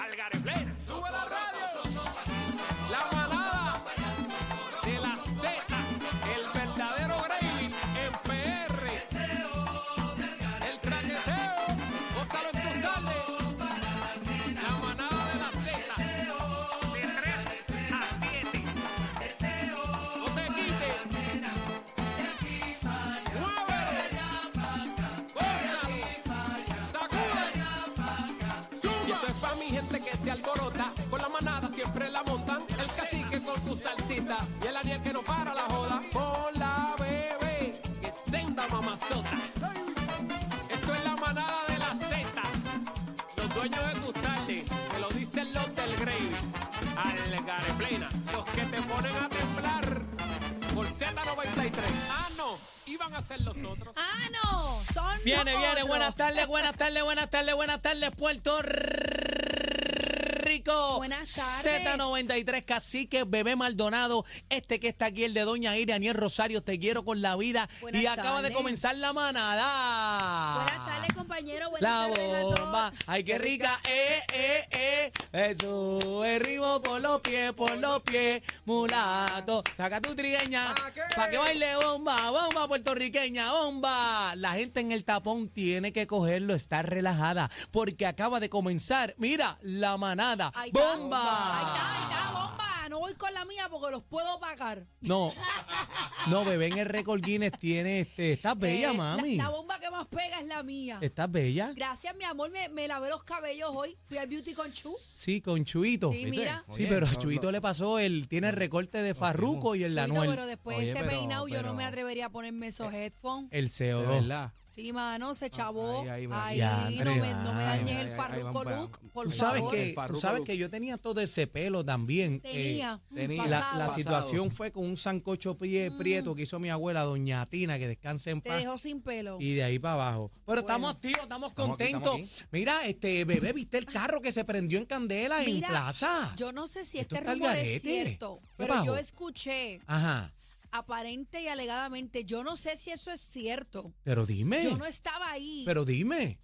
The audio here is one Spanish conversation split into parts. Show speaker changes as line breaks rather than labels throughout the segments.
Algarplay, sube la radio. La manada de la Z, el verdadero Gravy en PR. El traqueteo, gózalo en tus tardes. La manada de la Z, de 3 a 7. No te quites. Muévelo. Gózalo. Sacúdelo. Y esto es pa' mi gente que se alborota, con la manada siempre la montan, el cacique con su salsita y el aniel que no para la joda, con la bebé que senda mamazota. Esto es la manada de la Z, los dueños de tus tardes, que lo dicen los del Grey, al plena, los que te ponen a temblar por Z93. Ah, no, iban a ser los otros.
Ah, no, son
Viene,
los
viene,
otros.
buenas tardes, buenas tardes, buenas tardes, buenas tardes, Puerto Rico.
Buenas tardes.
Z93, Cacique, Bebé Maldonado, este que está aquí, el de Doña Ira, Aniel Rosario, te quiero con la vida.
Buenas
y acaba de
tardes.
comenzar la manada.
Buenas tardes, compañero. Buenas
La
tardes a todos.
bomba, ay qué rica, eh, eh, eh, eso, el ritmo por los pies, por los pies, mulato, saca tu trigueña, pa' que baile bomba, bomba puertorriqueña, bomba. La gente en el tapón tiene que cogerlo, estar relajada, porque acaba de comenzar, mira, la manada,
Ahí está. Ahí está, ahí
bomba.
está, bomba. No voy con la mía porque los puedo pagar.
No, no, bebé en el récord Guinness tiene, este, estás bella,
Eh,
mami,
La, la bomba que más pega es la mía.
estás bella.
Gracias, mi amor. Me, me lavé los cabellos hoy. Fui al Beauty con Chu.
Sí, con Chuito.
Sí, mira.
Sí, pero a Chuito le pasó el tiene el recorte de Farruco y el
Chuito,
Anuel.
pero después de ese peinado yo no me atrevería a ponerme esos
eh,
headphones.
El CO2.
Sí, mano, se chavó. Ahí,
Ya,
no,
Andrea.
me, no me dañes
Ay,
el
ay,
farruco
ay, van
look,
para-
por
Tú sabes
favor.
que tú sabes que yo tenía todo ese pelo también. eh,
Tenía. mm,
tenía.
la,
pasaba.
la
Pasado.
situación fue con un sancocho prie- prieto que hizo mi abuela, doña Tina, que descanse en
Te
paz.
dejó sin pelo.
Y de ahí para abajo. Pero estamos activos, estamos
aquí,
contentos.
estamos
Mira, este bebé, ¿viste el carro que se prendió en candela
Mira,
en plaza?
Yo no sé si
Esto
este
está al
rumor
garete.
es cierto,
¿Qué
pero yo
pasó?
escuché
Ajá.
aparente y alegadamente, yo no sé si eso es cierto.
Pero dime.
Yo no estaba ahí.
Pero dime.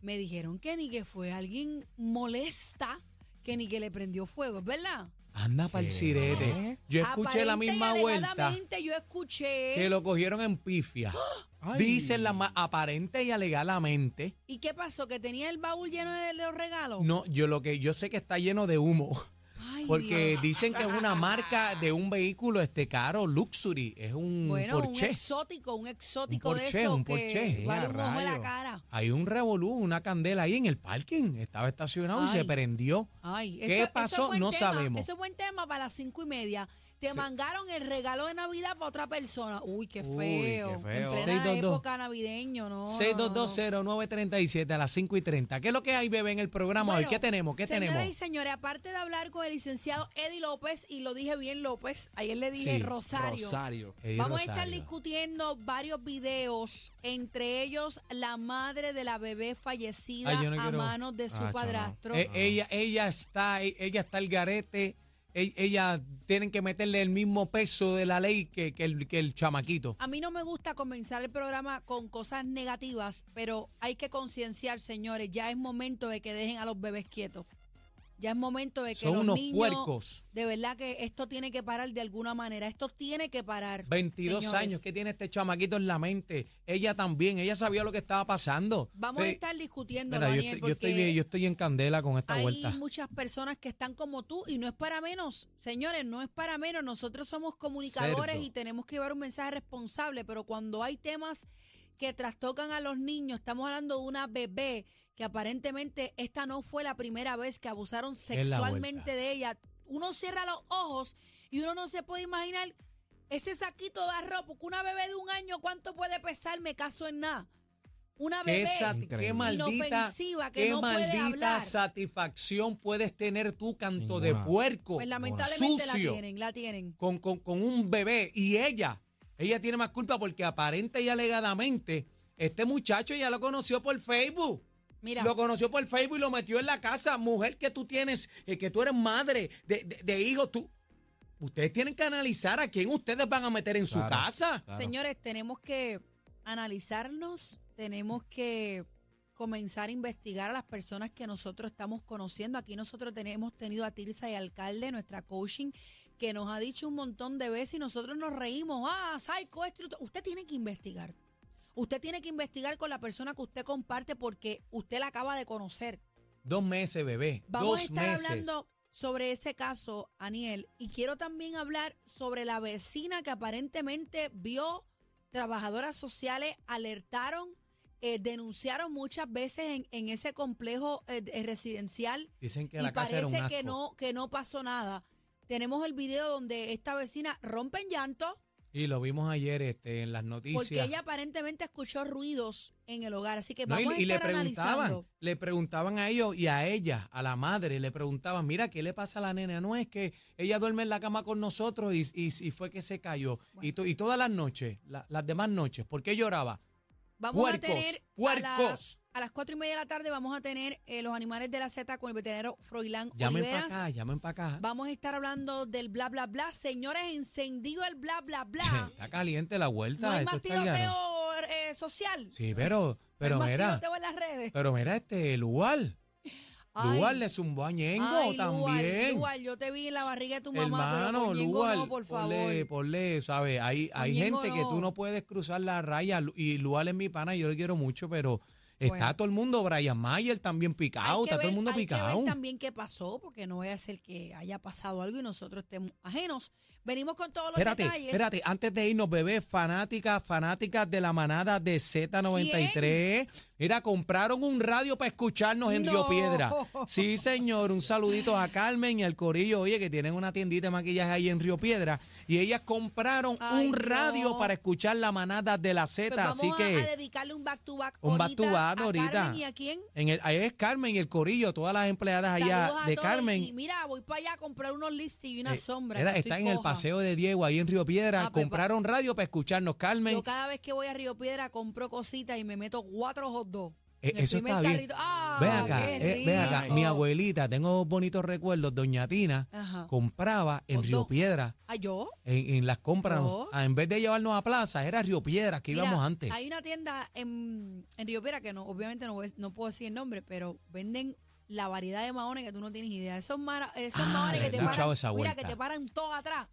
Me dijeron que ni que fue alguien molesta, que ni que le prendió fuego, ¿es verdad?
Anda para el sirete. Yo escuché la
Aparente y
misma vuelta
alegadamente yo escuché.
que lo cogieron en pifia. Dicen la ma- aparente y alegadamente.
¿Y qué pasó? ¿Que tenía el baúl lleno de los regalos?
No, yo lo que yo sé que está lleno de humo.
Ay,
Porque
Dios.
dicen que es una marca de un vehículo este caro, luxury, es un
Bueno,
Porsche.
un exótico, un exótico
Un
de
Porsche,
eso
un
que
Porsche.
vale
Eh,
un
a
ojo de la
rayo.
cara.
Hay un revolú, una candela ahí en el parking, estaba estacionado y
Ay.
se prendió.
Ay, eso-
¿Qué
eso es
pasó?
buen
no
tema,
sabemos.
Eso es buen tema para las cinco y media. Te mangaron el regalo de Navidad para otra persona. Uy, qué feo.
Uy, qué
En
feo.
plena
622.
época navideño, ¿no? no, no, no.
6220937 a las 5 y 30. ¿Qué es lo que hay, bebé, en el programa? a ver,
Bueno,
¿qué tenemos? ¿Qué
señoras
tenemos?
y señores, aparte de hablar con el licenciado Eddie López, y lo dije bien López, ayer le dije
Sí,
Rosario.
Rosario.
Eddie
Vamos a estar
Rosario.
discutiendo varios videos, entre ellos la madre de la bebé fallecida
Ay, yo no
a
quiero-
manos de su
Ah, chao, no.
padrastro.
Eh, ella, ella está, ella está al garete. e- Ella tienen que meterle el mismo peso de la ley que, que el, que el chamaquito.
A mí no me gusta comenzar el programa con cosas negativas, pero hay que concienciar, señores, ya es momento de que dejen a los bebés quietos. Ya es momento de que
Son
los
unos
niños,
puercos.
de verdad que esto tiene que parar de alguna manera, esto tiene que parar.
22
señores.
años que tiene este chamaquito en la mente. Ella también, ella sabía lo que estaba pasando.
Vamos a
Sí.
estar discutiendo,
Mira, yo,
Daniel,
estoy, yo,
porque
estoy, bien- yo estoy en candela con esta
hay
vuelta.
muchas personas que están como tú y no es para menos, señores, no es para menos. Nosotros somos comunicadores
Cerdo.
y tenemos que llevar un mensaje responsable, pero cuando hay temas que trastocan a los niños, estamos hablando de una bebé que aparentemente esta no fue la primera vez que abusaron sexualmente
vuelta.
de ella. Uno cierra los ojos y uno no se puede imaginar ese saquito de arroz, porque una bebé de un año, ¿cuánto puede pesar? Me caso en nada. Una
Qué,
bebé
sat- qué
Increíble.
maldita,
inofensiva, que
qué
no puede
maldita
hablar.
satisfacción puedes tener tú, canto de
Ninguna.
puerco,
Pues lamentablemente la
sucio,
tienen, la tienen.
con, con- con un bebé. Y ella, ella tiene más culpa porque aparente y alegadamente, este muchacho ya lo conoció por Facebook.
Mira,
Lo conoció por Facebook y lo metió en la casa. Mujer que tú tienes, eh, que tú eres madre de, de- de hijos, tú. Ustedes tienen que analizar a quién ustedes van a meter en su
Claro.
casa.
Claro.
señores, tenemos que analizarnos, tenemos que comenzar a investigar a las personas que nosotros estamos conociendo. Aquí nosotros tenemos hemos tenido a Tirsa y Alcalde, nuestra coaching, que nos ha dicho un montón de veces y nosotros nos reímos. Ah, psycho, esto. y lo otro. Usted tiene que investigar. Usted tiene que investigar con la persona que usted comparte porque usted la acaba de conocer.
Dos meses, bebé.
Vamos a
dos
estar
meses.
hablando sobre ese caso, Aniel, y quiero también hablar sobre la vecina que aparentemente vio trabajadoras sociales, alertaron, eh, denunciaron muchas veces en, en ese complejo eh, de- residencial
Dicen que
y
la casa era un
parece que
asco.
no, que no pasó nada. Tenemos el video donde esta vecina rompe en llanto
Y lo vimos ayer este, en las noticias.
porque ella aparentemente escuchó ruidos en el hogar, así que
No, y-
eh, vamos
y,
a
le
estar
preguntaban,
analizando.
le preguntaban a ellos y a ella, a la madre, le preguntaban, mira, ¿qué le pasa a la nena? No es que ella duerme en la cama con nosotros y, y, y fue que se cayó. Y, to- y todas las noches, la- las demás noches, ¿por qué lloraba?
Vamos
Puercos,
a tener A, las,
puercos.
a las cuatro y media de la tarde vamos a tener eh, los animales de la Z con el veterinario Froilán
Llamen para
Oliveras.
acá, llamen para acá.
Vamos a estar hablando del bla bla bla. Señores, encendido el bla bla bla.
Está caliente la vuelta.
no hay
esto
más
está al garete.
tiroteo eh, social.
Sí, pero, pero
no hay más
mira,
tiroteo en las redes.
pero mira este lugar.
Ay,
Lugar le zumbó a Ñengo
ay, Lugar,
también.
Lugar, yo te vi en la barriga de tu mamá, pero
Hermano,
con Ñengo
Lual,
no, por favor.
ponle, ponle, ¿sabes? Hay,
Con
hay
Ñengo
gente que tú
no.
no puedes cruzar la raya Lu- y Lual es mi pana, yo le quiero mucho, pero está
Bueno.
todo el mundo, Brian Mayer también
Hay que
picado, está todo
ver-
el mundo
hay que ver
picado.
también qué pasó, porque no voy a hacer que haya pasado algo y nosotros estemos ajenos. Venimos con todos los
Espérate,
detalles.
espérate, antes de irnos, bebé, fanáticas, fanáticas de la manada de Z93. Mira, compraron un radio para escucharnos en
No.
Río Piedra. Sí, señor, un saludito a Carmen y al Corillo, oye, que tienen una tiendita de maquillaje ahí en Río Piedra. Y ellas compraron
Ay,
un
no.
radio para escuchar la manada de la Z.
Pues vamos
así
a-
que.
a, dedicarle un back to back
Un back
ahorita
to back
a
ahorita.
Carmen y a quién
En el, ahí es Carmen y el Corillo, todas las empleadas allá
Saludos a
de
todos
Carmen.
y mira voy para allá a comprar unos lipsticks y una
Eh,
sombra
era-
que estoy
está en el
coja.
paseo de Diego, ahí en Río Piedra.
Ah, pues,
compraron radio para escucharnos, Carmen.
yo cada vez que voy a Río Piedra compro cositas y me meto cuatro hot dogs
Eh,
En el
eso
primer
está bien.
carrito. ¡Ah,
Ve acá,
qué
eh, ve acá.
rico!
Mi abuelita, tengo bonitos recuerdos. Doña Tina
Ajá.
compraba en
Hot
Río
dog.
Piedra.
¿Ah, yo
En, en las compras, nos-
Oh.
ah, en vez de llevarnos a plaza, era Río Piedra, que
Mira,
íbamos antes.
hay una tienda en, en Río Piedra que no obviamente no, voy- no puedo decir el nombre pero venden la variedad de maones que tú no tienes idea esos, mara- esos
Ah,
maones que
he
te
escuchado
paran
esa
mira que
vuelta.
te paran todos atrás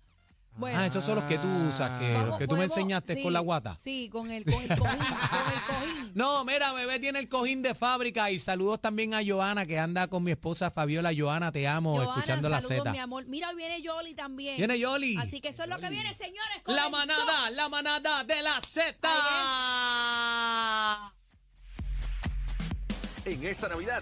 bueno
Ah, esos son los que tú usas, que, los
Vamos,
Eh, que tú me
ponemos-
enseñaste
sí,
con la guata.
Sí, con el, con el cojín, con el cojín.
No, mira, bebé tiene el cojín de fábrica y saludos también a Joana que anda con mi esposa Fabiola. Joana, te amo,
Johanna,
escuchando la
saludos,
Z.
mi amor. Mira, hoy viene Yoli también.
Viene Yoli.
Así que eso es lo que viene, señores.
La
comenzó.
manada, la manada de la Z.
En esta Navidad,